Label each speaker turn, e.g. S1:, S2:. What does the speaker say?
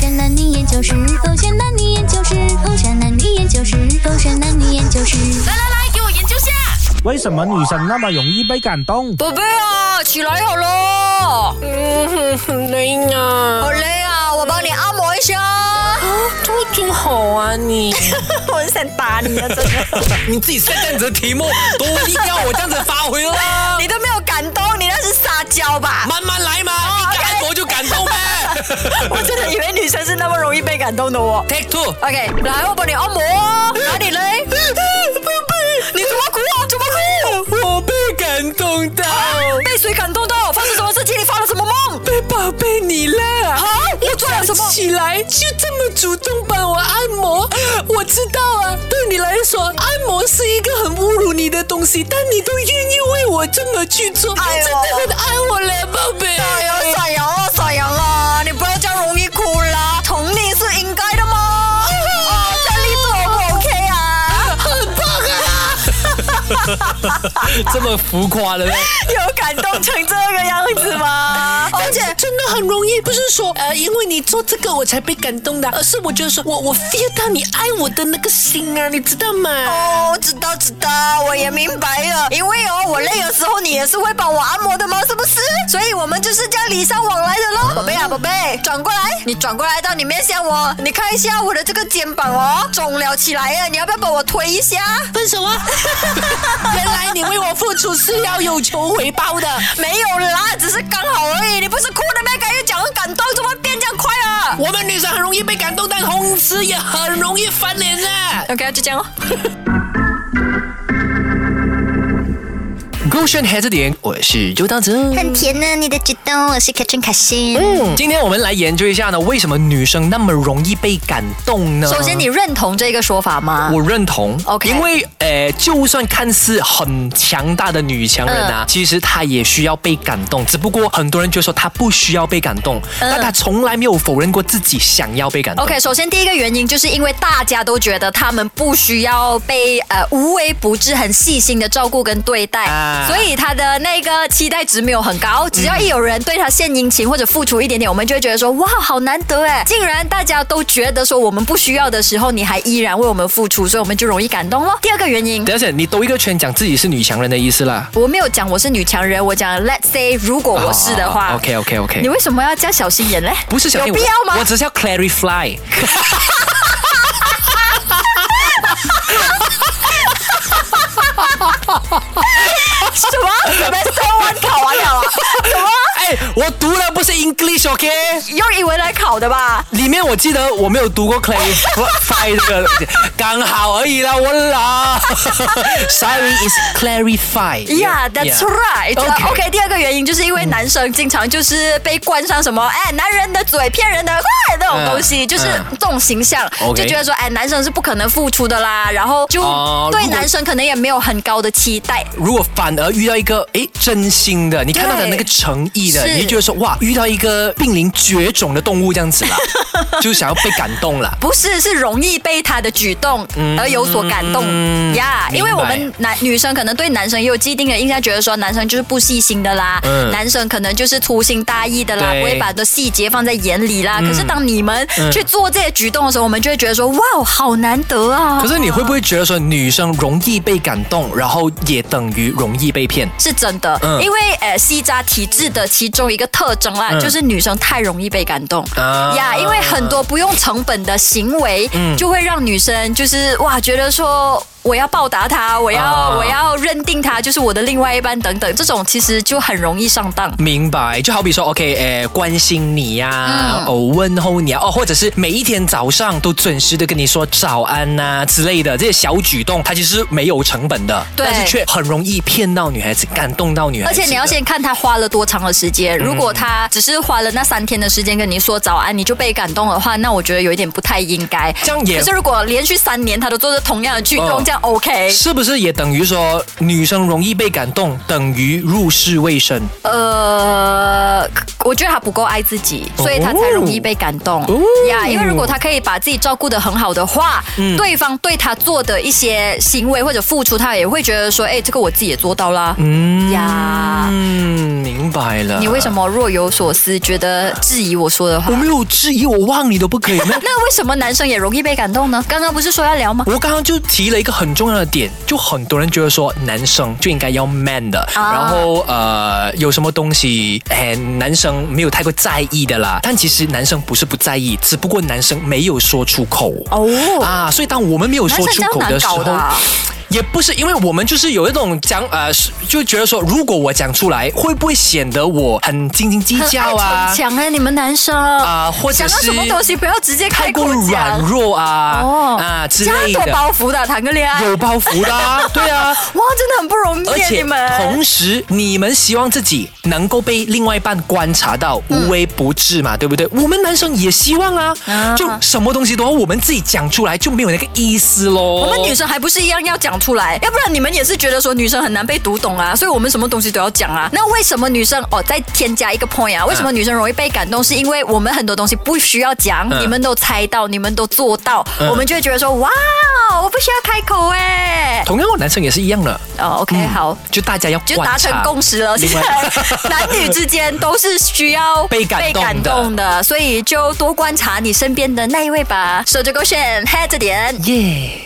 S1: 山男女研究室，风扇男女研究室，风扇男女研究室，风扇男女研究室。
S2: 来来来，给我研究下。
S3: 为什么女生那么容易被感动？
S4: 宝贝啊，起来好了，
S2: 嗯哼，很累啊
S4: 好。累啊，我帮你按摩一下。
S2: 啊，这么真好啊你。
S4: 我很想打你啊，真 的，
S5: 你自己设这样子的题目，都一定要我这样子发挥啦。
S4: 你都没有感动，你那是撒娇吧？
S5: 慢慢来嘛，一感我就感动 呗。
S4: 我真的以为女生是那么容易被感动的哦。
S5: Take two，
S4: OK，来，我帮你按摩哦，哪里 嘞？不要背，你怎么哭啊？怎么哭？
S5: 我被感动到，
S4: 哦被谁感动到？发生什么事情？你发了什么梦？
S5: 被宝贝你了
S4: 啊。，我做了什么？
S5: 起来就这么主动帮我按摩，我知道啊，对你来说按摩是一个很侮辱你的东西，但你都愿意为我这么去做，
S4: 哎呦
S5: 真的很爱我嘞，宝贝。
S4: 哎呦，沈阳啊，沈阳啊，你不要这样容易哭啦，疼你是应该的吗？啊，这力度我不 OK 啊，很棒啊，
S5: 这么浮夸的嘞，
S4: 有感动成这个样子吗？而且
S5: 真的很容易，不是说哦呃，因为你做这个我才被感动的，而是我觉得说我我 feel 到你爱我的那个心啊，你知道吗？
S4: 哦，知道知道，我也明白了。因为哦，我累的时候你也是会帮我按摩的嘛，是不是？所以我们就是这样礼尚往来的喽。宝贝啊，宝贝，转过来，你转过来到你面向我，你看一下我的这个肩膀哦，肿了起来了，你要不要帮我推一下？
S5: 分手 啊！原来你为我付出是要有求回报的。
S4: 没有啦，只是刚好而已。你不是哭的咩？刚才讲很感动，怎么变这样快啊
S5: 我们女生很容易被感动，但同时也很容易翻脸啊。
S4: ？OK，就这样哦。
S5: 勾选黑着点，我是周当哲。
S1: 很甜呢，你的举动，我是可真卡心。
S5: 嗯，今天我们来研究一下呢，为什么女生那么容易被感动呢？
S4: 首先，你认同这个说法吗？
S5: 我认同
S4: OK
S5: 因为呃，就算看似很强大的女强人啊，其实她也需要被感动，只不过很多人就说她不需要被感动，但她从来没有否认过自己想要被感动。
S4: OK，首先第一个原因就是因为大家都觉得他们不需要被呃无微不至、很细心的照顾跟对待，
S5: 啊
S4: 所以他的那个期待值没有很高。只要一有人对他献殷勤或者付出一点点，我们就会觉得说哇，好难得哎！竟然大家都觉得说我们不需要的时候，你还依然为我们付出，所以我们就容易感动咯。第二个原因。
S5: 等一下，你兜一个圈讲自己是女强人的意思啦。
S4: 我没有讲我是女强人，我讲 Let's say 如果我是的话、
S5: ，OK OK OK，
S4: 啊你为什么要叫小心眼嘞？
S5: 不是小心
S4: 有必要吗
S5: 我我只是要 clarify。
S4: 什么？你们中文考完了啊？什么？
S5: 哎，我读的不是 English OK，
S4: 用英文来考的吧？
S5: 里面我记得我没有读过 clarify 这个，刚好而已啦，我啦。Sorry is clarify。
S4: Yeah, that's right.
S5: Okay.
S4: OK，第二个原因就是因为男生经常就是被冠上什么哎，男人的嘴骗人的，哎那种东西，
S5: 嗯
S4: 就是
S5: 嗯
S4: 这种形象，
S5: OK
S4: 就觉得说哎，男生是不可能付出的啦，然后就
S5: 哦
S4: 对
S5: 如果
S4: 男生可能也没有很高的期待。
S5: 如果反而遇到一个哎真心的，你看到的
S4: 对
S5: 那个诚意的，
S4: 是
S5: 你就觉得说哇，遇到一个濒临绝种的动物这样子啦，就想要被感动了。
S4: 不是，是容易被他的举动而有所感动
S5: 嗯
S4: 呀。
S5: 明白
S4: 因为我们男女生可能对男生也有既定的印象，觉得说男生就是不细心的啦，
S5: 嗯
S4: 男生可能就是粗心大意的啦，
S5: 对嗯
S4: 不会把很多细节放在眼里啦。可是当你们去做这些举动的时候，我们就会觉得说，哇，好难得啊！
S5: 可是你会不会觉得说女生容易被感动，然后也等于容易被骗？
S4: 是真的，
S5: 嗯
S4: 因为呃，西扎体制的其中一个特征啦，
S5: 嗯
S4: 就是女生太容易被感动
S5: 啊嗯
S4: 呀因为很多不用成本的行为，就会让女生就是哇，觉得说。我要报答他，我要、
S5: 啊
S4: 我要认定他就是我的另外一半等等，这种其实就很容易上当。
S5: 明白，就好比说，OK，诶、关心你呀、
S4: 嗯
S5: 哦，问候你啊，哦，或者是每一天早上都准时的跟你说早安呐、之类的，这些小举动，它其实没有成本的，
S4: 对
S5: 但是却很容易骗到女孩子，感动到女孩
S4: 而
S5: 子。
S4: 且你要，先看他花了多长的时间，
S5: 嗯
S4: 如果他只是花了那三天的时间跟你说早安，你就被感动的话，那我觉得有一点不太应该。
S5: 这样也
S4: 可是如果连续三年他都做着同样的举动，
S5: 哦
S6: 这样 OK。
S5: 是不是也等于说女生容易被感动，等于入世未深？
S4: 呃，我觉得他不够爱自己，所以他才容易被感动。呀、因为如果他可以把自己照顾得很好的话，对方对他做的一些行为或者付出，他也会觉得说，哎，这个我自己也做到啦。
S5: 嗯
S4: 呀
S5: 嗯，明白了。
S4: 你为什？么若有所思，觉得质疑我说的话
S5: 我？没有质疑，我忘你都不可以吗？
S4: 那为什么男生也容易被感动呢？刚刚不是说要聊吗？
S5: 我刚刚就提了一个很重要的点，就很多人觉得说男生就应该要 man 的，
S4: 啊
S5: 然后呃有什么东西，哎，男生没有太过在意的啦。但其实男生不是不在意，只不过男生没有说出口。
S4: 哦
S5: 啊，所以当我们没有说出口的时候
S4: 男生这样难搞的啊，
S5: 也不是因为我们就是有一种讲呃，是就觉得说，如果我讲出来，会不会显得我很斤斤计较啊
S4: 很爱逞？强哎，你们男生
S5: 啊或者
S4: 想到
S5: 是
S4: 什么东西不要直接
S5: 太
S4: 开
S5: 过
S4: 口
S5: 软
S4: 讲，
S5: 弱啊、
S4: 哦
S5: 啊之
S4: 这样
S5: 类
S4: 多
S5: 的，
S4: 包袱的谈个恋爱，
S5: 有包袱的、啊，对啊。
S4: 哇，真的很不容
S5: 而
S4: 易啊
S5: 且
S4: 你们。
S5: 同时，你们希望自己能够被另外一半观察到，无微不至
S4: 嗯
S5: 嘛，对不对？我们男生也希望啊，就什么东西都要我们自己讲出来，就没有那个意思喽。
S4: 我们女生还不是一样要讲出来，要不然你们也是觉得说女生很难被读懂啊，所以我们什么东西都要讲啊。那为什么女生哦再添加一个 point 啊？
S5: 嗯
S4: 为什么女生容易被感动？是因为我们很多东西不需要讲，
S5: 嗯
S4: 你们都猜到，你们都做到，我们就会觉得说哇，我不需要开口哎、
S5: 同样，男生也是一样的。
S4: 哦，OK，好，
S5: 嗯就大家要
S4: 就
S5: 观
S4: 达成
S5: 察
S4: 共识了。现
S5: 另外
S4: 在 男女之间都是需要
S5: 被感动的
S4: 感动的，所以就多观察你身边的那一位吧。手着勾选，嗨着点。
S5: 耶。